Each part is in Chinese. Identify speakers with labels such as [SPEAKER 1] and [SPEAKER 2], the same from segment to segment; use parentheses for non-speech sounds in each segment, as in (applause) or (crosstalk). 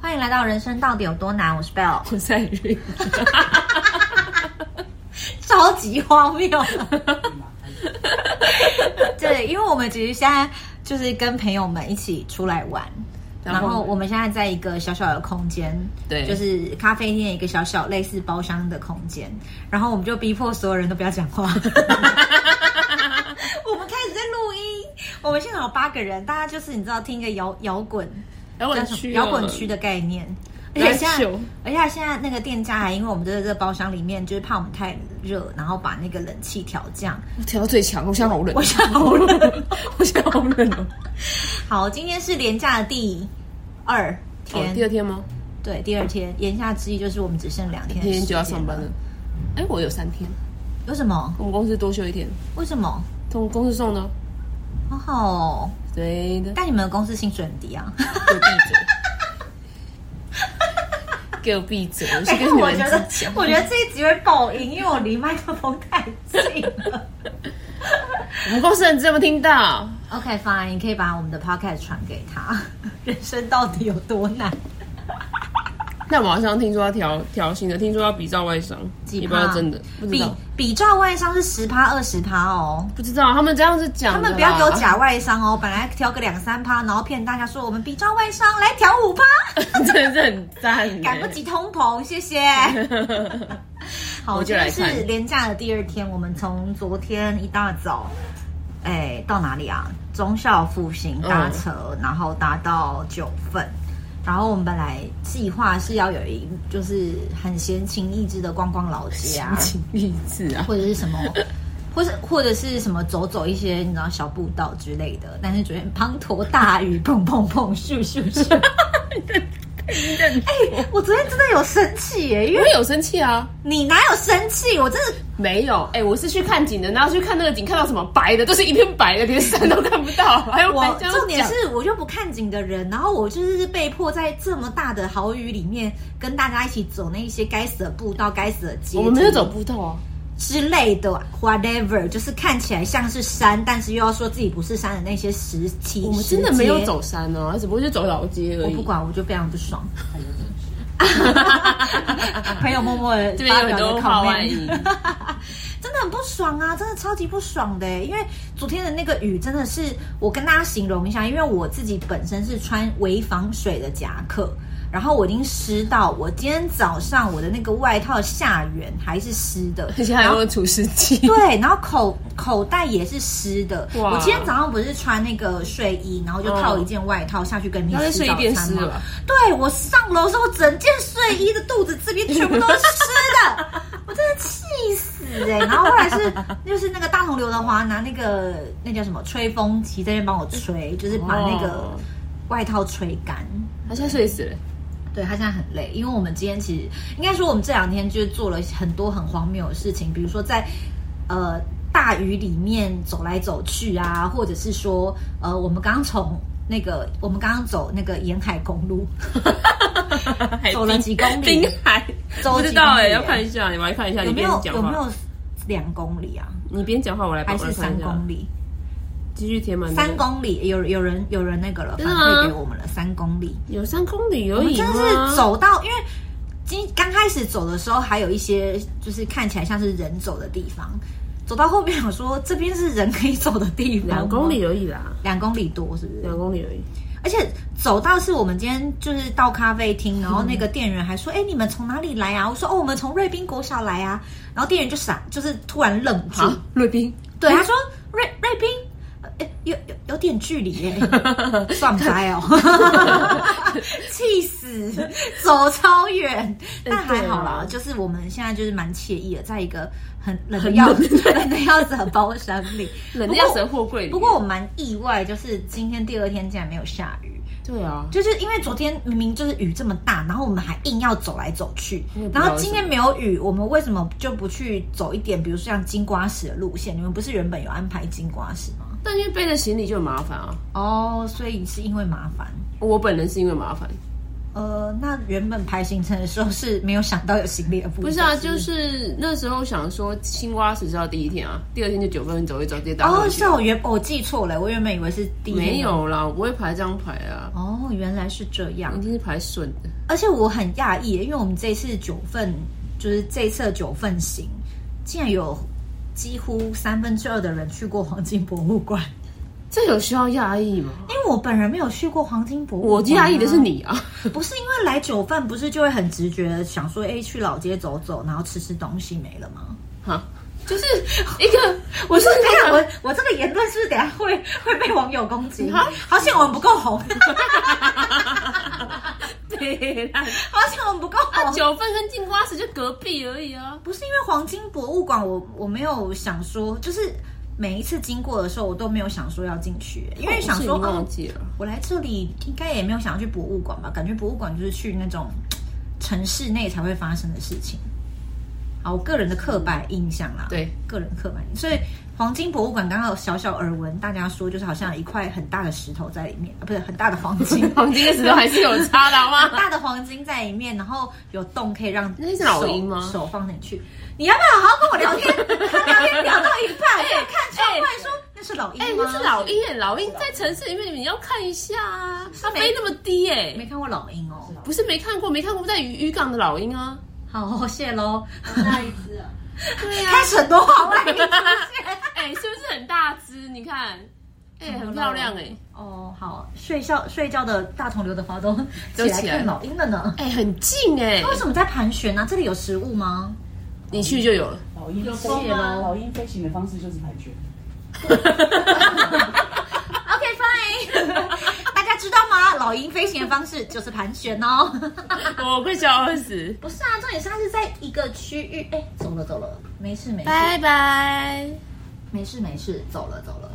[SPEAKER 1] 欢迎来到人生到底有多难？我是
[SPEAKER 2] (laughs)
[SPEAKER 1] Bell，
[SPEAKER 2] 我在晕，
[SPEAKER 1] 超级荒谬。
[SPEAKER 2] (laughs)
[SPEAKER 1] 对，因为我们其实现在就是跟朋友们一起出来玩，
[SPEAKER 2] 然
[SPEAKER 1] 然
[SPEAKER 2] 后
[SPEAKER 1] 后我们现在在一个小小的空间，
[SPEAKER 2] 对
[SPEAKER 1] 就是咖啡店一个小小类似包厢的空间，然后我们就逼迫所有人都不要讲
[SPEAKER 2] (laughs)
[SPEAKER 1] 话。我们开始在录音，我们现场有八个人，大家就是你知道听一个摇摇滚
[SPEAKER 2] 摇
[SPEAKER 1] 叫
[SPEAKER 2] 滚
[SPEAKER 1] 什么
[SPEAKER 2] 区，
[SPEAKER 1] 摇滚区，的概念。而
[SPEAKER 2] 来
[SPEAKER 1] 且现在
[SPEAKER 2] 秀，
[SPEAKER 1] 而且现在那个店家还因为我们在这包厢里面，就是怕我们太热，然后把那个冷气调降。
[SPEAKER 2] 我调到最强，我现在好冷，
[SPEAKER 1] 我现在好
[SPEAKER 2] 冷，我现在好冷哦。
[SPEAKER 1] 好，今天是连假的第二天，
[SPEAKER 2] (laughs) 哦，第二天吗？
[SPEAKER 1] 对第二天，言下之意就是我们只剩两天，
[SPEAKER 2] 明天就要上班了。。哎，我有三天，
[SPEAKER 1] 为什么？
[SPEAKER 2] 我们公司多休一天，
[SPEAKER 1] 为什么？
[SPEAKER 2] 从公司送的。
[SPEAKER 1] 好好哦，
[SPEAKER 2] 对
[SPEAKER 1] (laughs)
[SPEAKER 2] 的，
[SPEAKER 1] 但你们公司薪水很低啊。
[SPEAKER 2] 给我闭嘴，给我闭
[SPEAKER 1] (laughs)
[SPEAKER 2] 嘴！我去跟你
[SPEAKER 1] 我
[SPEAKER 2] 们
[SPEAKER 1] 觉得
[SPEAKER 2] 讲，，
[SPEAKER 1] 我觉得这一集会爆音，因为我离麦克风太近了。 (laughs)
[SPEAKER 2] 我们公司人知道有没有听到？
[SPEAKER 1] OK fine，你可以把我们的 podcast 传给他。 (laughs) 人生到底有多难？
[SPEAKER 2] 那我好像听说要调调薪的，听说要比照外商，
[SPEAKER 1] 几
[SPEAKER 2] 也
[SPEAKER 1] 趴？
[SPEAKER 2] 不知道真的，不知
[SPEAKER 1] 比
[SPEAKER 2] 道，
[SPEAKER 1] 比照外商是十趴二十趴哦。
[SPEAKER 2] 不知道。他们这样子讲
[SPEAKER 1] 他
[SPEAKER 2] 的啦，
[SPEAKER 1] 们不要给我假外商哦，本来调个两三趴，然后骗大家说我们比照外商来调五
[SPEAKER 2] (laughs)
[SPEAKER 1] 趴，
[SPEAKER 2] 真的是很
[SPEAKER 1] (laughs)
[SPEAKER 2] 赞，欸
[SPEAKER 1] 赶不。及通膨，谢
[SPEAKER 2] (laughs)
[SPEAKER 1] 谢。好，
[SPEAKER 2] 我就来
[SPEAKER 1] 今天是
[SPEAKER 2] 看
[SPEAKER 1] 连假的第二天，我们从昨天一大早，哎，到哪里啊？忠孝复兴搭车，
[SPEAKER 2] 嗯
[SPEAKER 1] 然后搭到九份。然后我们本来计划是要有一，就是很闲情逸致的逛逛老街
[SPEAKER 2] (laughs)
[SPEAKER 1] 啊，
[SPEAKER 2] 情励志啊！
[SPEAKER 1] 或者是什么， (laughs) 或是或者是什么走走一些你知道小步道之类的。但是昨天滂沱大雨，砰砰砰，咻咻咻！
[SPEAKER 2] (laughs)
[SPEAKER 1] 哎、我昨天真的有生气耶，因
[SPEAKER 2] 我
[SPEAKER 1] 为
[SPEAKER 2] 有生气啊？
[SPEAKER 1] 你哪有生气？我真的
[SPEAKER 2] 没有，哎、我是去看景的，然后去看那个景，看到什么白的，都是一片白的，连山都看不
[SPEAKER 1] (laughs)
[SPEAKER 2] 到，还有
[SPEAKER 1] 我
[SPEAKER 2] 白
[SPEAKER 1] 重点是我就不看景的人，然后我就是被迫在这么大的豪雨里面跟大家一起走那一些该死的步道、该死的街，
[SPEAKER 2] 我们没有走步道啊，
[SPEAKER 1] 之类的，whatever，就是看起来像是山，但是又要说自己不是山的那些石梯，
[SPEAKER 2] 我们真的
[SPEAKER 1] 石阶
[SPEAKER 2] 没有走山啊，只不过就走老街而
[SPEAKER 1] 我
[SPEAKER 2] 已。
[SPEAKER 1] 不管，我就非常不
[SPEAKER 2] (laughs)
[SPEAKER 1] 爽。朋友默默的
[SPEAKER 2] 这边有很多话外音，
[SPEAKER 1] (laughs) 真的很不爽啊，真的超级不爽的欸。因为昨天的那个雨真的是，我跟大家形容一下，因为我自己本身是穿微防水的夹克，然后我已经湿到，我今天早上我的那个外套的下缘还是湿的，
[SPEAKER 2] 而且还
[SPEAKER 1] 然后
[SPEAKER 2] 有除湿机， (laughs)
[SPEAKER 1] 对，然后口口袋也是湿的。
[SPEAKER 2] 哇
[SPEAKER 1] 我今天早上不是穿那个睡衣，然后就套一件外套下去跟你
[SPEAKER 2] 嗯然后那
[SPEAKER 1] 吃
[SPEAKER 2] 睡衣
[SPEAKER 1] 早
[SPEAKER 2] 变
[SPEAKER 1] 餐
[SPEAKER 2] 湿
[SPEAKER 1] 吗
[SPEAKER 2] 了？吧？
[SPEAKER 1] 对我上楼的时候，整件睡衣的肚子这边全部都是湿
[SPEAKER 2] (laughs)
[SPEAKER 1] 的，我真的气死哎、然后后来是就是那个大同刘德华拿那个那叫什么吹风机在那边 (laughs) 帮我吹，就是把那个
[SPEAKER 2] 哦
[SPEAKER 1] 外套吹干。
[SPEAKER 2] 他现在睡死了，
[SPEAKER 1] 对他现在很累，因为我们今天其实应该说我们这两天就是做了很多很荒谬的事情，比如说在呃大雨里面走来走去啊，或者是说呃我们刚从那个我们刚刚走那个沿海公路，
[SPEAKER 2] 还
[SPEAKER 1] 走了
[SPEAKER 2] 冰
[SPEAKER 1] 几 (laughs) 公里
[SPEAKER 2] 冰海，
[SPEAKER 1] 走
[SPEAKER 2] (laughs) 不
[SPEAKER 1] 了几
[SPEAKER 2] 知道
[SPEAKER 1] 公
[SPEAKER 2] 哎、
[SPEAKER 1] 里
[SPEAKER 2] 要看一下，你我来看一下，
[SPEAKER 1] 有
[SPEAKER 2] 你
[SPEAKER 1] 没
[SPEAKER 2] 边
[SPEAKER 1] 有
[SPEAKER 2] 讲
[SPEAKER 1] 有
[SPEAKER 2] 话，
[SPEAKER 1] 没有两公里啊？
[SPEAKER 2] 你边讲话，我来
[SPEAKER 1] 还
[SPEAKER 2] 我
[SPEAKER 1] 是
[SPEAKER 2] 来看
[SPEAKER 1] 三
[SPEAKER 2] 一下
[SPEAKER 1] 公，里？
[SPEAKER 2] 继续填满那个
[SPEAKER 1] 三公里有有人有人那个了，反
[SPEAKER 2] 真的吗
[SPEAKER 1] 馈给我们了三公里。
[SPEAKER 2] 有三公里
[SPEAKER 1] 我
[SPEAKER 2] 而
[SPEAKER 1] 们
[SPEAKER 2] 已
[SPEAKER 1] 真的
[SPEAKER 2] 吗
[SPEAKER 1] 是走到，因为今刚开始走的时候，还有一些就是看起来像是人走的地方，走到后面想说这边是人可以走的地方，
[SPEAKER 2] 两公里，而已啦，
[SPEAKER 1] 两公里多是不是？
[SPEAKER 2] 两公里而已。
[SPEAKER 1] 而且走到是我们今天就是到咖啡
[SPEAKER 2] 嗯
[SPEAKER 1] 厅，然后那个店员还说：“哎、你们从哪里来啊？”我说：“哦，我们从瑞滨国小来啊。”然后店员就傻，就是突然愣住，
[SPEAKER 2] 好，瑞斌，
[SPEAKER 1] 对他说：“瑞瑞滨。呃”哎有有有点距离
[SPEAKER 2] (laughs)
[SPEAKER 1] 耶、算栽哦，气死，走超远，但还好啦，
[SPEAKER 2] 对啊
[SPEAKER 1] 就是我们现在就是蛮惬意的，在一个很冷的要死、 (laughs) 冷的要死的包山里，
[SPEAKER 2] (laughs) 冷的要死的货柜里。
[SPEAKER 1] 不过我蛮意外，就是今天第二天竟然没有下雨，
[SPEAKER 2] 对啊，
[SPEAKER 1] 就是因为昨天明明就是雨这么大，然后我们还硬要走来走去
[SPEAKER 2] 我也，不知
[SPEAKER 1] 然
[SPEAKER 2] 道
[SPEAKER 1] 后今天没有雨，我们为什么就不去走一点，比如说像金瓜石的路线？你们不是原本有安排金瓜石吗？
[SPEAKER 2] 但因为背着行李就很麻烦啊。
[SPEAKER 1] 哦，所以是因为麻烦。
[SPEAKER 2] 我本人是因为麻烦，
[SPEAKER 1] 呃，那原本排行程的时候是没有想到有行李的部分，
[SPEAKER 2] 不是啊，就是那时候想说青蛙只知道第一天啊，第二天就九份走一走，直接打
[SPEAKER 1] 哦，
[SPEAKER 2] 回去
[SPEAKER 1] 是我原我记错了，我原本以为是第一天
[SPEAKER 2] 没有啦，我不会排这样排啊，
[SPEAKER 1] 哦，原来是这样
[SPEAKER 2] 我一，定是排顺的。
[SPEAKER 1] 而且我很讶异耶，因为我们这次九份就是这一次的九份行，竟然有几乎三分之二的人去过黄金博物
[SPEAKER 2] (laughs)
[SPEAKER 1] 馆，
[SPEAKER 2] 这有需要讶异吗？
[SPEAKER 1] 因为我本人没有去过黄金博物
[SPEAKER 2] 我
[SPEAKER 1] 馆啊、
[SPEAKER 2] 讶异的是你啊，
[SPEAKER 1] 不是因为来九份不是就会很直觉的想说，哎，去老街走走，然后吃吃东西没了
[SPEAKER 2] (laughs)
[SPEAKER 1] 吗？
[SPEAKER 2] 哈，就是一个，我是啊
[SPEAKER 1] 等一下，
[SPEAKER 2] 那个，
[SPEAKER 1] 我我这个言论是不是等一下会 (laughs) 会被网友攻击？
[SPEAKER 2] 啊
[SPEAKER 1] 好险我们不够红， (laughs) 好
[SPEAKER 2] 对啦，
[SPEAKER 1] 险我们不够
[SPEAKER 2] 啊，
[SPEAKER 1] 红。
[SPEAKER 2] 九份跟金瓜石就隔壁而已啊。
[SPEAKER 1] 不是因为黄金博物馆，我我没有想说，就是每一次经过的时候，我都没有想说要进去，因为想说
[SPEAKER 2] 我已经
[SPEAKER 1] 哦
[SPEAKER 2] 忘，记了，
[SPEAKER 1] 我来这里应该也没有想要去博物馆吧，感觉博物馆就是去那种城市内才会发生的事情。啊，我个人的刻板印象啦，
[SPEAKER 2] 对，，
[SPEAKER 1] 个人刻板印象，所以黄金博物馆刚好小小耳闻，大家说就是好像有一块很大的石头在里面，啊，不是很大的黄金
[SPEAKER 2] (laughs) 黄金跟石头还是有差的好
[SPEAKER 1] 很
[SPEAKER 2] 吗？
[SPEAKER 1] 大的黄金在里面，然后有洞可以让
[SPEAKER 2] 那是老鹰
[SPEAKER 1] 手
[SPEAKER 2] 吗
[SPEAKER 1] 手放进去。你要不要好好跟我聊
[SPEAKER 2] (laughs)
[SPEAKER 1] 天？聊天聊到一半，看窗外说那是老鹰吗？
[SPEAKER 2] 哎、不是老鹰哎，老鹰在城市里面你要看一下啊，它
[SPEAKER 1] 没
[SPEAKER 2] 飞那么低哎、
[SPEAKER 1] 没看过老鹰哦。
[SPEAKER 2] 不是没看过，没看过在渔渔港的老鹰啊。
[SPEAKER 1] 好，谢喽。
[SPEAKER 3] 那一只啊，
[SPEAKER 2] 对
[SPEAKER 1] 开始很多话外面出现。
[SPEAKER 2] (laughs) 哎、是不是很大只？你看，哎、很漂亮哎、
[SPEAKER 1] 哦，好，睡觉睡觉的大同流的花都起
[SPEAKER 2] 都
[SPEAKER 1] 来
[SPEAKER 2] 起来
[SPEAKER 1] 看老鹰了呢。
[SPEAKER 2] 哎、很近哎、
[SPEAKER 1] 它为什么在盘旋啊呢、这里有食物
[SPEAKER 2] (laughs)
[SPEAKER 1] 吗？
[SPEAKER 2] 你去就有了。
[SPEAKER 3] 老鹰
[SPEAKER 1] 有
[SPEAKER 3] 飞
[SPEAKER 1] 风吗
[SPEAKER 3] 老鹰飞行的方式就是盘旋。
[SPEAKER 1] OK fine，大家知道吗？老鹰飞行的方式就是盘旋哦。
[SPEAKER 2] 我快笑二十，
[SPEAKER 1] 不是啊，重点是它是在一个区域。哎，走了走了，没事没事，
[SPEAKER 2] 拜拜。
[SPEAKER 1] 没事没事，走了走了。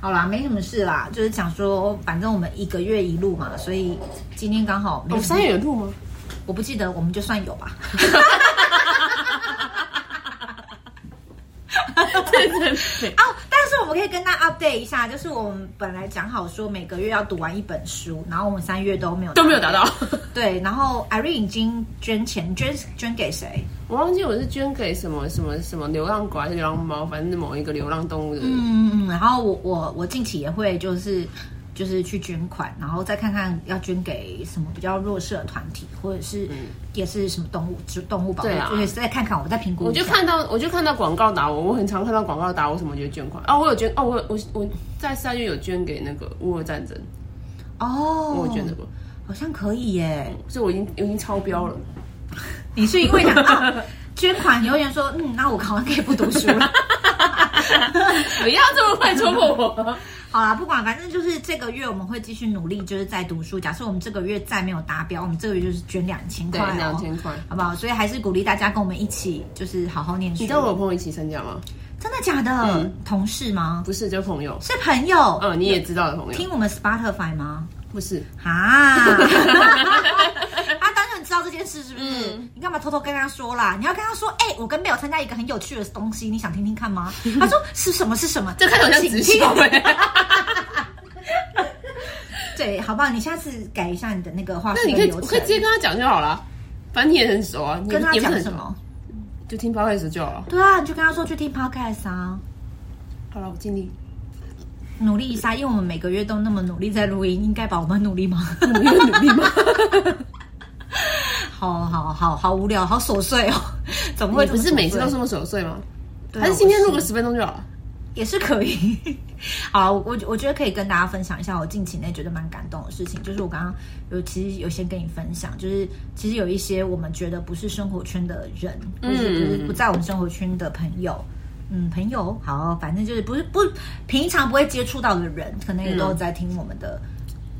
[SPEAKER 1] 好啦，没什么事啦，就是想说，反正我们一个月一路嘛，所以今天刚好没
[SPEAKER 2] 我
[SPEAKER 1] 有
[SPEAKER 2] 们哦三月有录吗？
[SPEAKER 1] 我不记得，我们就算有吧。
[SPEAKER 2] (laughs) 对对对。
[SPEAKER 1] 哦，但是我们可以跟大家 update 一下，就是我们本来讲好说每个月要读完一本书，然后我们三月都没有
[SPEAKER 2] 都没有达到。
[SPEAKER 1] 对，然后 Irene 已经捐钱，捐捐给谁？
[SPEAKER 2] 我忘记我是捐给什么什么什么流浪狗还是流浪猫，反正是某一个流浪动物的。
[SPEAKER 1] 嗯，然后我我我近期也会就是就是去捐款，然后再看看要捐给什么比较弱势的团体，或者是、也是什么动物，就动物保护，
[SPEAKER 2] 嗯对啊
[SPEAKER 1] 就是再看看，我再评估
[SPEAKER 2] 我
[SPEAKER 1] 一下。
[SPEAKER 2] 就看到，我就看到广告打我，我很常看到广告打我什么就捐款哦，我有捐哦，我有我我在三月有捐给那个乌俄战争，
[SPEAKER 1] 哦，
[SPEAKER 2] 我有嗯捐的过，
[SPEAKER 1] 好像可以耶。
[SPEAKER 2] 所以我已经我已经超标了。 (laughs)
[SPEAKER 1] 你是因为想到捐款，有人说嗯，那我好像可以不读书了。 (laughs)
[SPEAKER 2] 不要这么快戳破
[SPEAKER 1] (laughs)
[SPEAKER 2] 我！
[SPEAKER 1] 好啦，不管，反正就是这个月我们会继续努力，就是在读书。假设我们这个月再没有达标，我们这个月就是捐两千
[SPEAKER 2] 对
[SPEAKER 1] 块、哦，，
[SPEAKER 2] 两千块。
[SPEAKER 1] 好不好？所以还是鼓励大家跟我们一起，就是好好念书。
[SPEAKER 2] 你知道我有朋友一起参加吗？
[SPEAKER 1] 真的假的？
[SPEAKER 2] 嗯
[SPEAKER 1] 同事吗？
[SPEAKER 2] 不是，就朋友。
[SPEAKER 1] 是朋友？
[SPEAKER 2] 嗯，你也知道的朋友。
[SPEAKER 1] 哦听我们 Spotify 吗？
[SPEAKER 2] 不是， (laughs)
[SPEAKER 1] 啊！他当然知道这件事，是不是？
[SPEAKER 2] 嗯
[SPEAKER 1] 你干嘛偷偷跟他说啦？你要跟他说，哎、我跟妹有参加一个很有趣的东西，你想听听看吗？他说是什么是什么？
[SPEAKER 2] (laughs) 这看起来好像
[SPEAKER 1] 请
[SPEAKER 2] 直
[SPEAKER 1] 听 (laughs)
[SPEAKER 2] 销哎。
[SPEAKER 1] 对，好不好？你下次改一下你的那个话
[SPEAKER 2] 那
[SPEAKER 1] 术
[SPEAKER 2] 你
[SPEAKER 1] 跟 (laughs)
[SPEAKER 2] 可以，
[SPEAKER 1] 流
[SPEAKER 2] 我
[SPEAKER 1] 程
[SPEAKER 2] 可以直接跟他讲就好了。反正你也很熟啊，你
[SPEAKER 1] 跟他
[SPEAKER 2] 也不是
[SPEAKER 1] 讲
[SPEAKER 2] 很熟
[SPEAKER 1] 什，么？
[SPEAKER 2] 就听 podcast 就好了。
[SPEAKER 1] 对啊，你就跟他说去听 podcast 啊，
[SPEAKER 2] 好了，我尽力。
[SPEAKER 1] 努力一下，因为我们每个月都那么努力在录音，应该吧？我们努力吗？
[SPEAKER 2] 我们 (laughs) 有努力吗？
[SPEAKER 1] (laughs) 好好好好无聊，好琐碎哦， (laughs) 怎么会
[SPEAKER 2] 你
[SPEAKER 1] 这
[SPEAKER 2] 不
[SPEAKER 1] 么琐碎？
[SPEAKER 2] 是每次都这么琐碎吗？
[SPEAKER 1] 对啊，
[SPEAKER 2] 还是今天录
[SPEAKER 1] 我
[SPEAKER 2] 个
[SPEAKER 1] 不是
[SPEAKER 2] 十分钟就好了？
[SPEAKER 1] 也是可以。 (laughs) 好，我我觉得可以跟大家分享一下我近期内觉得蛮感动的事情，就是我刚刚有其实有先跟你分享，就是其实有一些我们觉得不是生活圈的人，
[SPEAKER 2] 嗯
[SPEAKER 1] 或者是不是不在我们生活圈的朋友。嗯，朋友好，反正就是不是不平常不会接触到的人，可能也都有在听我们的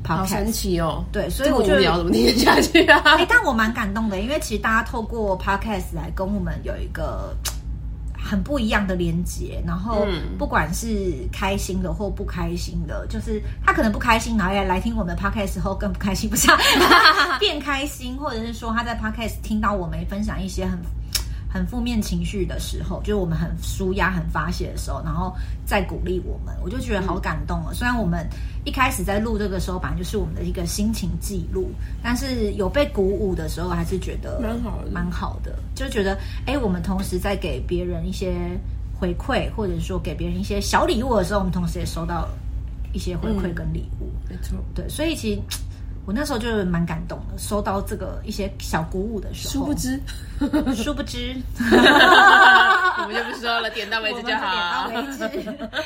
[SPEAKER 2] 好
[SPEAKER 1] podcast，、
[SPEAKER 2] 神奇哦！
[SPEAKER 1] 对，所以
[SPEAKER 2] 这么
[SPEAKER 1] 我
[SPEAKER 2] 无
[SPEAKER 1] 觉得
[SPEAKER 2] 聊怎么听得下去
[SPEAKER 1] 哎、
[SPEAKER 2] 啊？
[SPEAKER 1] 但我蛮感动的，因为其实大家透过 podcast 来跟我们有一个嘖很不一样的连接，然后
[SPEAKER 2] 嗯
[SPEAKER 1] 不管是开心的或不开心的，就是他可能不开心，然后也来听我们的 podcast 后更不开
[SPEAKER 2] (laughs)
[SPEAKER 1] 心，不是啊变开心，或者是说他在 podcast 听到我们分享一些很嘖很负面情绪的时候，就是我们很舒压、很发泄的时候，然后再鼓励我们，我就觉得好感动哦。虽然我们一开始在录这个时候，本来就是我们的一个心情记录，但是有被鼓舞的时候，还是觉得
[SPEAKER 2] 蛮好的
[SPEAKER 1] 蛮好的，就觉得哎，我们同时在给别人一些回馈，或者说给别人一些小礼物的时候，我们同时也收到一些回馈跟礼物。
[SPEAKER 2] 没错。
[SPEAKER 1] 对，所以其实我那时候就是蛮感动的，收到这个一些小鼓舞的时候，
[SPEAKER 2] (laughs) 殊
[SPEAKER 1] (laughs)
[SPEAKER 2] 不，知，
[SPEAKER 1] 殊不知，
[SPEAKER 2] 我们就不说了，点到为
[SPEAKER 1] 我
[SPEAKER 2] 止
[SPEAKER 1] 们
[SPEAKER 2] 就好。
[SPEAKER 1] 就点到为止。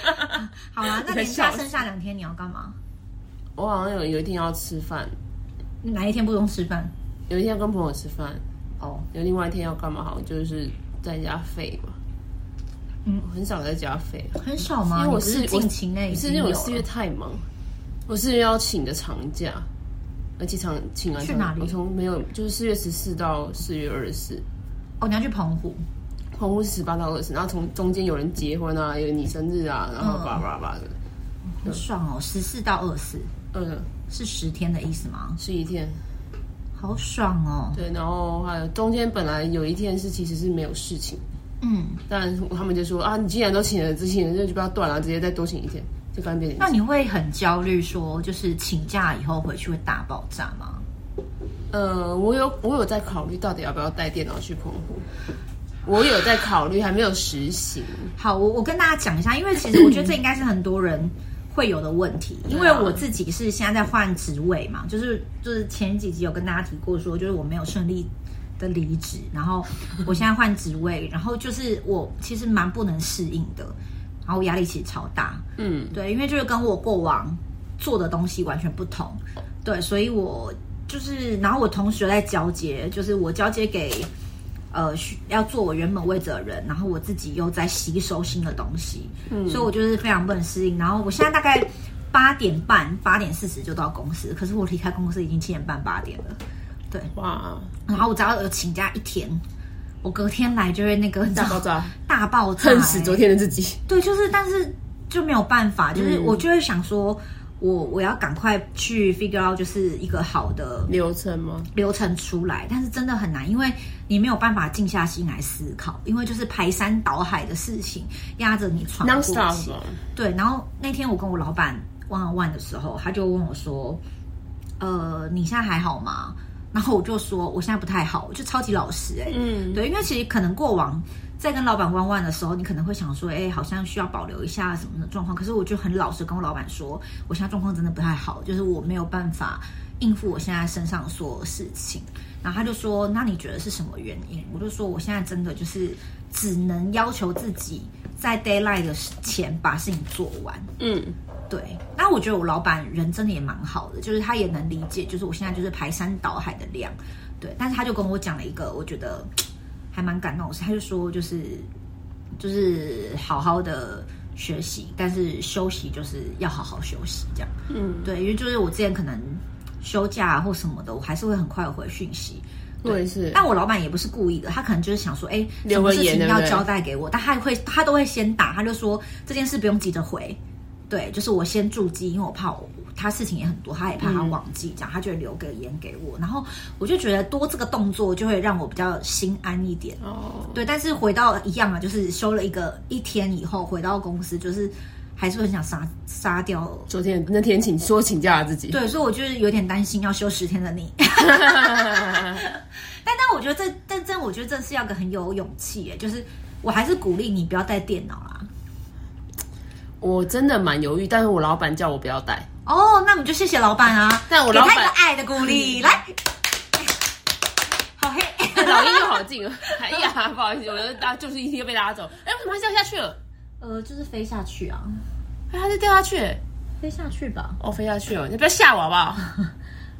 [SPEAKER 1] 好
[SPEAKER 2] (laughs)
[SPEAKER 1] 啊，那
[SPEAKER 2] 在
[SPEAKER 1] 年假
[SPEAKER 2] 笑
[SPEAKER 1] 剩下两天你要干嘛？
[SPEAKER 2] 我好像有有一天要吃饭，
[SPEAKER 1] 哪一天不用吃饭？
[SPEAKER 2] 有一天要跟朋友吃饭，
[SPEAKER 1] 哦，
[SPEAKER 2] 有另外一天要干嘛？好像就是在家废嘛。
[SPEAKER 1] 嗯
[SPEAKER 2] 我很少在家废，
[SPEAKER 1] 很少吗？
[SPEAKER 2] 因为我
[SPEAKER 1] 你不是
[SPEAKER 2] 四
[SPEAKER 1] 近期内已
[SPEAKER 2] 是
[SPEAKER 1] 经
[SPEAKER 2] 因为
[SPEAKER 1] 有
[SPEAKER 2] 我
[SPEAKER 1] 了
[SPEAKER 2] 四月太忙，我四月要请的长假，而且长请完
[SPEAKER 1] 去
[SPEAKER 2] 长
[SPEAKER 1] 哪里
[SPEAKER 2] 我从没有，就是四月十四到四月二十四，
[SPEAKER 1] 哦，你要去澎湖，
[SPEAKER 2] 澎湖是十八到二十，然后从中间有人结婚啊，有你生日啊，然后
[SPEAKER 1] 嗯
[SPEAKER 2] 叭叭叭的，
[SPEAKER 1] 很爽哦，十四到二四
[SPEAKER 2] 嗯，
[SPEAKER 1] 是十天的意思吗？
[SPEAKER 2] 是一天，
[SPEAKER 1] 好爽哦，
[SPEAKER 2] 对，然后还有中间本来有一天是其实是没有事情，
[SPEAKER 1] 嗯，
[SPEAKER 2] 但他们就说啊，你既然都请了，之前就不要断了，直接再多请一天，就干脆变
[SPEAKER 1] 那
[SPEAKER 2] 成。
[SPEAKER 1] 你会很焦虑，说就是请假以后回去会大爆炸吗？
[SPEAKER 2] 呃，我有我有在考虑到底要不要带电脑去澎湖，我有在考虑，还没有实行。
[SPEAKER 1] 好，我我跟大家讲一下，因为其实我觉得这应该是很多人会有的问题，因为我自己是现在在换职位嘛，就是就是前几集有跟大家提过说，就是我没有顺利的离职，然后我现在换职位，然后就是我其实蛮不能适应的，然后压力其实超大，
[SPEAKER 2] 嗯，
[SPEAKER 1] 对，因为就是跟我过往做的东西完全不同，对，所以我就是，然后我同时又在交接，就是我交接给呃需要做我原本位置的人，然后我自己又在吸收新的东西，
[SPEAKER 2] 嗯
[SPEAKER 1] 所以我就是非常不能适应。然后我现在大概八点半、八点四十就到公司，可是我离开公司已经七点半、八点了，对，
[SPEAKER 2] 哇，
[SPEAKER 1] 然后我只要有请假一天，我隔天来就会那个
[SPEAKER 2] 大爆炸，
[SPEAKER 1] 大爆炸、
[SPEAKER 2] 恨死昨
[SPEAKER 1] 欸
[SPEAKER 2] 天的自己。
[SPEAKER 1] 对，就是，但是就没有办法，就是
[SPEAKER 2] 嗯
[SPEAKER 1] 我就会想说，我我要赶快去 figure out 就是一个 (laughs) 好的
[SPEAKER 2] 流程吗？
[SPEAKER 1] 流程出来，但是真的很难，因为你没有办法静下心来思考，因为就是排山倒海的事情压着你喘
[SPEAKER 2] non
[SPEAKER 1] 不过气
[SPEAKER 2] stop。吗
[SPEAKER 1] 对，然后那天我跟我老板 one on one 的时候，他就问我说：“呃，你现在还好吗？”然后我就说：“我现在不太好，我就超级老实、欸。”
[SPEAKER 2] 嗯，
[SPEAKER 1] 对，因为其实可能过往在跟老板弯弯的时候，你可能会想说，哎，好像需要保留一下什么的状况。可是我就很老实跟我老板说，我现在状况真的不太好，就是我没有办法应付我现在身上所有事情。然后他就说，那你觉得是什么原因？我就说，我现在真的就是只能要求自己在 d a y l i g h t 的前把事情做完。
[SPEAKER 2] 嗯，
[SPEAKER 1] 对，那我觉得我老板人真的也蛮好的，就是他也能理解，就是我现在就是排山倒海的量，对。但是他就跟我讲了一个我觉得还蛮感动的事，他就说就是就是好好的学习，但是休息就是要好好休息这样。
[SPEAKER 2] 嗯，
[SPEAKER 1] 对，因为就是我之前可能休假或什么的，我还是会很快回讯息，
[SPEAKER 2] 我也是。
[SPEAKER 1] 但我老板也不是故意的，他可能就是想说，哎、
[SPEAKER 2] 留
[SPEAKER 1] 什么
[SPEAKER 2] 个
[SPEAKER 1] 事
[SPEAKER 2] 言
[SPEAKER 1] 情
[SPEAKER 2] 对
[SPEAKER 1] 要
[SPEAKER 2] 不对
[SPEAKER 1] 交代给我，但他会他都会先打，他就说这件事不用急着回，对，就是我先筑基，因为我怕我他事情也很多，他也怕他忘记，这样他就会留个言给我，然后我就觉得多这个动作就会让我比较心安一点，
[SPEAKER 2] 哦，
[SPEAKER 1] 对，但是回到一样啊，就是休了一个一天以后回到公司，就是还是会很想杀杀掉。
[SPEAKER 2] 昨天那天请说请假的自己。
[SPEAKER 1] 对，所以我就是有点担心要休十天的你， (laughs) 但但我觉得这但真我觉得这是要个很有勇气耶，就是我还是鼓励你不要带电脑啦。
[SPEAKER 2] 我真的蛮犹豫，但是我老板叫我不要带。
[SPEAKER 1] 哦，那我们就谢谢老板啊，
[SPEAKER 2] 但我老板嗯
[SPEAKER 1] 给他一个爱的鼓励，来， (laughs) 好黑，
[SPEAKER 2] (laughs) 老鹰又好近了，哎呀，不好意思，我就搭就是一定被拉走。哎，为什么他掉下去了？
[SPEAKER 1] (laughs) 呃，就是飞下去啊，
[SPEAKER 2] 哎，他就掉下去，
[SPEAKER 1] 飞下去吧，
[SPEAKER 2] 哦，飞下去了，你不要吓我好不好？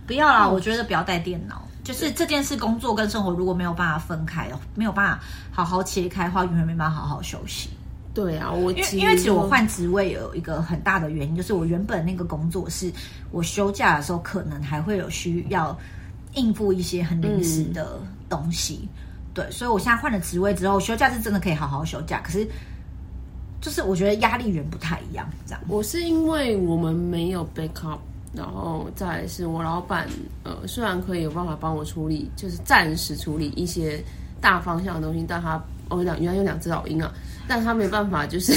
[SPEAKER 1] 不要
[SPEAKER 2] 嗯
[SPEAKER 1] 啦，我觉得不要带电脑。就是这件事，工作跟生活如果没有办法分开，没有办法好好切开的话，永远没办法好好休息。
[SPEAKER 2] 对啊，我
[SPEAKER 1] 因为因为其实我换职位有一个很大的原因，就是我原本那个工作是我休假的时候可能还会有需要应付一些很临时的东西，
[SPEAKER 2] 嗯
[SPEAKER 1] 对，所以我现在换了职位之后，休假是真的可以好好休假，可是就是我觉得压力源不太一样，这样，
[SPEAKER 2] 我是因为我们没有 backup，然后再来是我老板，呃，虽然可以有办法帮我处理，就是暂时处理一些大方向的东西，但它我跟你讲，原来有两只老鹰啊，但 (laughs) 它没办法就是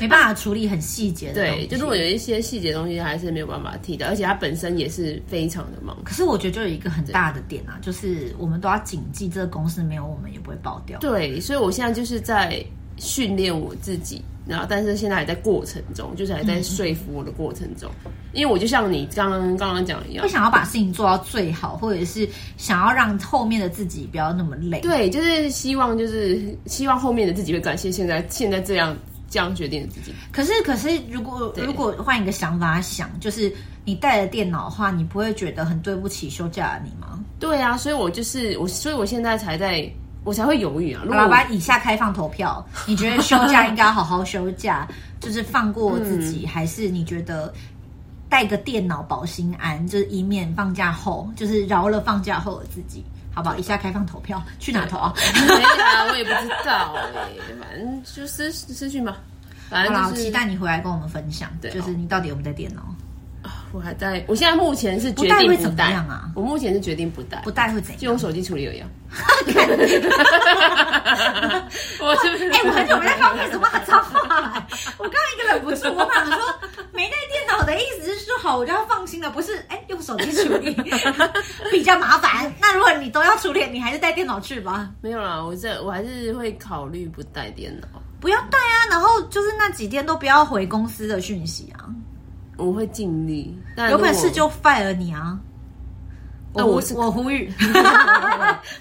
[SPEAKER 1] 没办法处理很细节的东
[SPEAKER 2] 对，
[SPEAKER 1] 西
[SPEAKER 2] 就是我有一些细节的东西还是没有办法替代，而且它本身也是非常的忙。
[SPEAKER 1] 可是我觉得就有一个很大的点啊，就是我们都要谨记，这个公司没有我们也不会爆掉。
[SPEAKER 2] 对，所以我现在就是在训练我自己，然后但是现在还在过程中，就是还
[SPEAKER 1] 嗯
[SPEAKER 2] 在说服我的过程中，因为我就像你刚刚刚刚讲一样
[SPEAKER 1] 会，想要把事情做到最好，或者是想要让后面的自己不要那么累。
[SPEAKER 2] 对，就是希望就是希望后面的自己会感谢现在现在这样这样决定的自己。
[SPEAKER 1] 可是，可是如果
[SPEAKER 2] 对
[SPEAKER 1] 如果换一个想法想，就是你带着电脑的话，你不会觉得很对不起休假的你吗？
[SPEAKER 2] 对啊，所以我就是我，所以我现在才在，我才会犹豫啊。如
[SPEAKER 1] 好
[SPEAKER 2] 果
[SPEAKER 1] 啦，
[SPEAKER 2] 我
[SPEAKER 1] 把以下开放投票，你觉得休假应该好好休
[SPEAKER 2] (laughs)
[SPEAKER 1] 假，就是放过自
[SPEAKER 2] 嗯
[SPEAKER 1] 己，还是你觉得带个电脑保心安，就是以免放假后，就是饶了放假后的自己，好不好？以下开放投票，去哪投啊？
[SPEAKER 2] 没啊，我也不知道哎、反正就私私讯吧。反
[SPEAKER 1] 好啦，
[SPEAKER 2] 正
[SPEAKER 1] 我
[SPEAKER 2] 就是
[SPEAKER 1] 期待你回来跟我们分享，
[SPEAKER 2] 对
[SPEAKER 1] 就是你到底有没有带电脑？
[SPEAKER 2] 我还在，我现在目前是
[SPEAKER 1] 不
[SPEAKER 2] 决
[SPEAKER 1] 戴
[SPEAKER 2] 定
[SPEAKER 1] 会
[SPEAKER 2] 不
[SPEAKER 1] 怎么
[SPEAKER 2] 戴
[SPEAKER 1] 样啊
[SPEAKER 2] 我目前是决定不戴，
[SPEAKER 1] 不带会怎
[SPEAKER 2] 就
[SPEAKER 1] 样
[SPEAKER 2] 用？手机处理而已啊。我是不是？
[SPEAKER 1] 哎、 (laughs) 我很久 (laughs) 没在放开始骂脏话、哎我刚刚一个忍不住，我想说没带电脑的意思是说好我就要放心了，不是？哎、用手机处理 (laughs) 比较麻烦。那如果你都要处理，你还是带电脑去吧，
[SPEAKER 2] 没有啦，我这我还是会考虑不带电脑，
[SPEAKER 1] 不要带啊。然后就是那几天都不要回公司的讯息啊，
[SPEAKER 2] 我会尽力。但
[SPEAKER 1] 有本
[SPEAKER 2] 如果
[SPEAKER 1] 事就 fire 你啊。我
[SPEAKER 2] 那
[SPEAKER 1] 呼
[SPEAKER 2] 我是
[SPEAKER 1] 我呼
[SPEAKER 2] (laughs)
[SPEAKER 1] 吁，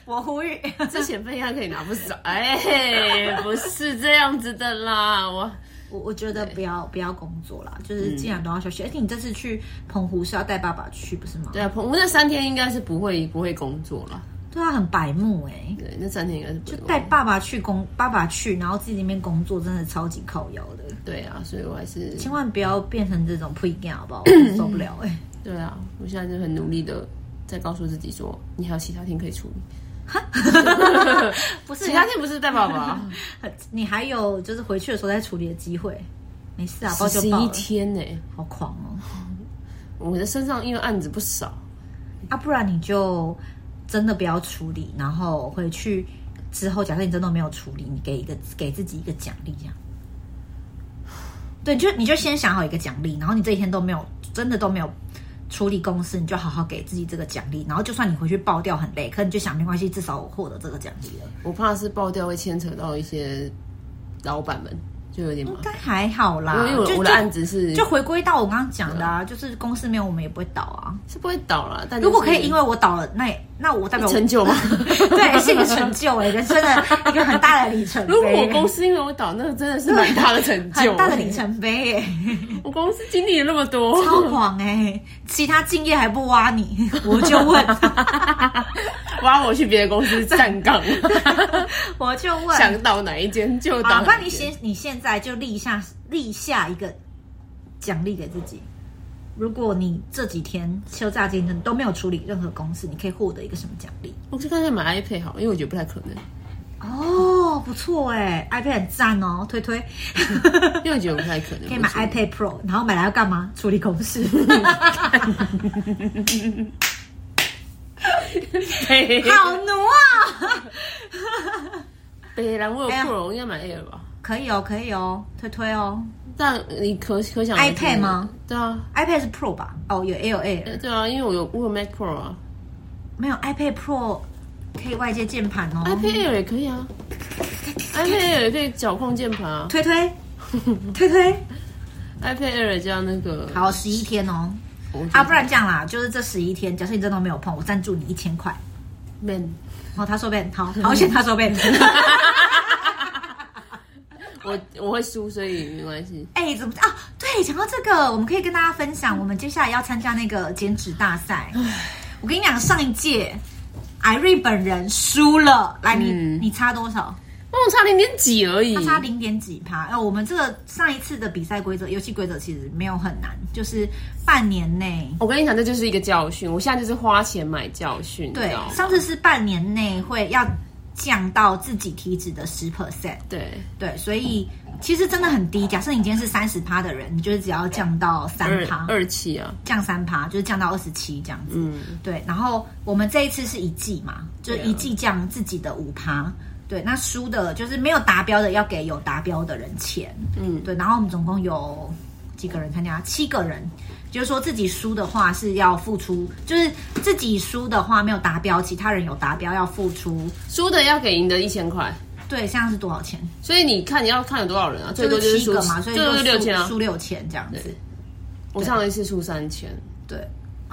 [SPEAKER 1] 我呼吁，
[SPEAKER 2] 之前备案可以拿不少， (laughs) 哎，不是这样子的啦，我。
[SPEAKER 1] 我我觉得不要不要工作啦，
[SPEAKER 2] 嗯
[SPEAKER 1] 就是既然都要休息，而且你这次去澎湖是要带爸爸去，不是吗？
[SPEAKER 2] 对啊，澎湖那三天应该是不会不会工作了。
[SPEAKER 1] 对啊，很白目哎、
[SPEAKER 2] 对，那三天应该是不会
[SPEAKER 1] 就
[SPEAKER 2] 工作
[SPEAKER 1] 带爸爸去工，爸爸去，然后自己那边工作，真的超级靠腰的。
[SPEAKER 2] 对啊，所以我还是
[SPEAKER 1] 千万不要变成这种 pre g a 好不好？
[SPEAKER 2] (coughs)
[SPEAKER 1] 我受不了哎、
[SPEAKER 2] 对啊，我现在就很努力的在告诉自己说，你还有其他天可以处理。
[SPEAKER 1] (laughs) 不是啊
[SPEAKER 2] 其，他天不是带爸啊爸，
[SPEAKER 1] 你还有就是回去的时候再处理的机会，没事啊，报就
[SPEAKER 2] 十
[SPEAKER 1] 报
[SPEAKER 2] 一
[SPEAKER 1] 了。
[SPEAKER 2] 天呢、
[SPEAKER 1] 好狂哦！
[SPEAKER 2] 我的身上因为案子不少，
[SPEAKER 1] 啊，不然你就真的不要处理，然后回去之后，假设你真的没有处理，你给一个给自己一个奖励，这样。对，你就你就先想好一个奖励，然后你这一天都没有真的都没有处理公司，你就好好给自己这个奖励，然后就算你回去爆掉很累，可你就想没关系，至少我获得这个奖励了，
[SPEAKER 2] 我怕是爆掉会牵扯到一些老板们，就有点麻
[SPEAKER 1] 应
[SPEAKER 2] 烦。
[SPEAKER 1] 该还好啦
[SPEAKER 2] 因为。我
[SPEAKER 1] 嗯就
[SPEAKER 2] 我的案子是
[SPEAKER 1] 就就回归到我刚刚讲的啊，就是公司没有我们也不会倒啊。
[SPEAKER 2] 是不会倒啦，但
[SPEAKER 1] 如果可以，因
[SPEAKER 2] 为
[SPEAKER 1] 为我倒了，那也那我代表我
[SPEAKER 2] 成就嘛。
[SPEAKER 1] (laughs) 对，是一个成就哎、人生的一个很大的里程碑。
[SPEAKER 2] 如果我欸公司因为我倒，那真的是蛮大的成就、
[SPEAKER 1] 很大的里程碑、
[SPEAKER 2] (laughs)
[SPEAKER 1] 哎，
[SPEAKER 2] 我公司经历了那么多，
[SPEAKER 1] 超狂哎、其他敬业还不挖你，我就问， (laughs)
[SPEAKER 2] 挖我去别的公司站岗，
[SPEAKER 1] 我就问。
[SPEAKER 2] 想到哪一间就
[SPEAKER 1] 好
[SPEAKER 2] 到
[SPEAKER 1] 了，那
[SPEAKER 2] 哪
[SPEAKER 1] 你
[SPEAKER 2] 一间。
[SPEAKER 1] 现你现在就立下立下一个奖励给自己。如果你这几天休假今天都没有处理任何公事，你可以获得一个什么奖励？
[SPEAKER 2] 我去看一下买 iPad 好了，因为我觉得不太可能，
[SPEAKER 1] 哦，不错哎、i p a d 很赞哦，推 (laughs) 推。
[SPEAKER 2] 因为我觉得不太可能。
[SPEAKER 1] 可以买
[SPEAKER 2] 我觉得
[SPEAKER 1] iPad Pro，然后买来要干嘛？处理公事。
[SPEAKER 2] 对，
[SPEAKER 1] (laughs) 好奴啊！
[SPEAKER 2] 北兰我有
[SPEAKER 1] 哎呀
[SPEAKER 2] Pro，应该买 Air 吧？
[SPEAKER 1] 可以哦，可以哦，推推哦。
[SPEAKER 2] 但你可可想而知
[SPEAKER 1] iPad 吗？
[SPEAKER 2] 对啊，
[SPEAKER 1] iPad 是 Pro 吧？哦，有 Air 有 Air，
[SPEAKER 2] 呃对啊，因为我有我有 Mac Pro 啊
[SPEAKER 1] 没有 iPad Pro 可以外接键盘哦。
[SPEAKER 2] ，iPad Air 也可以啊，iPad Air 也可以脚控键盘啊
[SPEAKER 1] 推
[SPEAKER 2] (laughs)
[SPEAKER 1] 推推推，
[SPEAKER 2] ，iPad Air 加那个，
[SPEAKER 1] 好，十一天哦。
[SPEAKER 2] 我觉得
[SPEAKER 1] 啊，不然这样啦，就是这十一天，假设你真的没有碰，我赞助你一千块。
[SPEAKER 2] man，
[SPEAKER 1] 然后他说 Ben，好，
[SPEAKER 2] 嗯
[SPEAKER 1] 好险他说
[SPEAKER 2] (laughs)
[SPEAKER 1] Ben。
[SPEAKER 2] 我我会输，所以没关系。
[SPEAKER 1] 哎、怎么啊？对，讲到这个，我们可以跟大家分享，我们接下来要参加那个减脂大赛。我跟你讲，上一届艾瑞本人输了，来，你、
[SPEAKER 2] 嗯
[SPEAKER 1] 你差多少？
[SPEAKER 2] 哦，我差零点几而已
[SPEAKER 1] 他，差零点几趴。呃，我们这个上一次的比赛规则、游戏规则其实没有很难，就是半年内。
[SPEAKER 2] 我跟你讲，这就是一个教训，我现在就是花钱买教训，你
[SPEAKER 1] 对
[SPEAKER 2] 知道，吗
[SPEAKER 1] 上次是半年内会要降到自己体脂的十 percent。
[SPEAKER 2] 对，
[SPEAKER 1] 对，所以其实真的很低。假设你今天是三十趴的人，你就是只要降到三
[SPEAKER 2] 二
[SPEAKER 1] 趴，
[SPEAKER 2] 二期啊，
[SPEAKER 1] 降三趴，就是降到二十七这样子。
[SPEAKER 2] 嗯，
[SPEAKER 1] 对，然后我们这一次是一季嘛，就是
[SPEAKER 2] 对啊
[SPEAKER 1] 一季降自己的五趴。对，那输的就是没有达标的要给有达标的人钱。
[SPEAKER 2] 嗯，
[SPEAKER 1] 对，然后我们总共有几个人参加？七个人。就是说自己输的话是要付出，就是自己输的话没有达标，其他人有达标要付出。
[SPEAKER 2] 输的要给赢的一千块，
[SPEAKER 1] 对，现在是多少钱？
[SPEAKER 2] 所以你看你要看有多少人啊，最多就是是
[SPEAKER 1] 七
[SPEAKER 2] 输
[SPEAKER 1] 个嘛，所以
[SPEAKER 2] 最多就
[SPEAKER 1] 就
[SPEAKER 2] 六
[SPEAKER 1] 输
[SPEAKER 2] 千啊。
[SPEAKER 1] 输六千这样子
[SPEAKER 2] 对。我上一次输三千，
[SPEAKER 1] 对，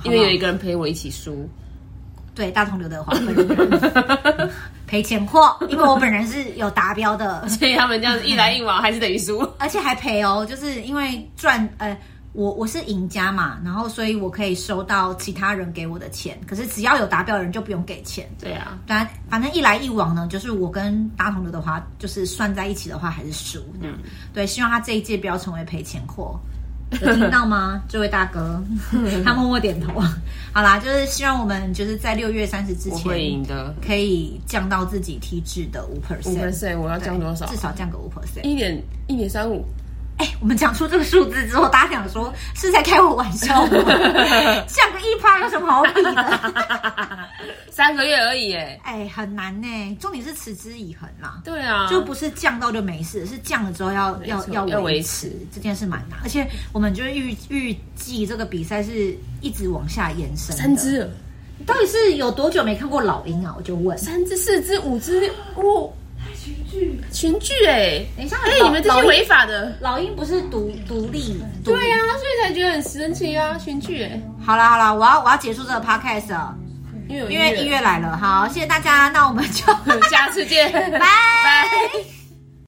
[SPEAKER 2] 因为有一
[SPEAKER 1] 个
[SPEAKER 2] 个人陪我一起输，
[SPEAKER 1] 对大同刘德华本
[SPEAKER 2] (laughs)
[SPEAKER 1] 人赔钱货，因为我本人是有达标的，
[SPEAKER 2] 所以他们这样子一来一往还是等于输。
[SPEAKER 1] 而且还赔哦，就是因为赚呃。我我是赢家嘛，然后所以我可以收到其他人给我的钱，可是只要有达标的人就不用给钱。
[SPEAKER 2] 对啊，
[SPEAKER 1] 反反正一来一往呢，就是我跟大同刘德华就是算在一起的话还是输这样。
[SPEAKER 2] 嗯
[SPEAKER 1] 对，希望他这一届不要成为赔钱货。有听到吗， (laughs) 这位大哥？他默默点头。好啦，就是希望我们就是在六月三十之
[SPEAKER 2] 我会
[SPEAKER 1] 前
[SPEAKER 2] 赢的。
[SPEAKER 1] 可以降到自己体脂的五
[SPEAKER 2] 五
[SPEAKER 1] percent，
[SPEAKER 2] percent，我要降多少
[SPEAKER 1] 至？少降个五 percent。
[SPEAKER 2] 一点一点三五，
[SPEAKER 1] 哎、我们讲出这个数字之后，大家想说是在开我玩笑吗？降个一趴有什么好比的？
[SPEAKER 2] 三个月而已哎。
[SPEAKER 1] 哎、很难呢、重点是持之以恒
[SPEAKER 2] (laughs)
[SPEAKER 1] 啦。
[SPEAKER 2] 对啊，
[SPEAKER 1] 就不是降到就没事，是降了之后要要
[SPEAKER 2] 错
[SPEAKER 1] 要
[SPEAKER 2] 要维
[SPEAKER 1] 维
[SPEAKER 2] 持
[SPEAKER 1] 这件事蛮难，而且我们就是预预计这个比赛是一直往下延伸。
[SPEAKER 2] 三，只了，
[SPEAKER 1] 到底是有多久没看过老鹰啊？我就问。
[SPEAKER 2] 三只、四只、五只，哇，
[SPEAKER 3] 群聚，
[SPEAKER 2] 群聚哎。
[SPEAKER 1] 等一下，
[SPEAKER 2] 哎，
[SPEAKER 1] 老
[SPEAKER 2] 你们这
[SPEAKER 1] 老
[SPEAKER 2] 些
[SPEAKER 1] 鹰
[SPEAKER 2] 违法的。
[SPEAKER 1] 老鹰不是独独立？独
[SPEAKER 2] 对啊，所以才觉得很神奇啊，群聚哎。
[SPEAKER 1] 好啦好啦，我要我要结束这个 podcast 了，
[SPEAKER 2] 因为有 (laughs) (laughs)
[SPEAKER 1] 因为音乐来了。好，谢谢大家，那我们就
[SPEAKER 2] 下次见，
[SPEAKER 1] 拜。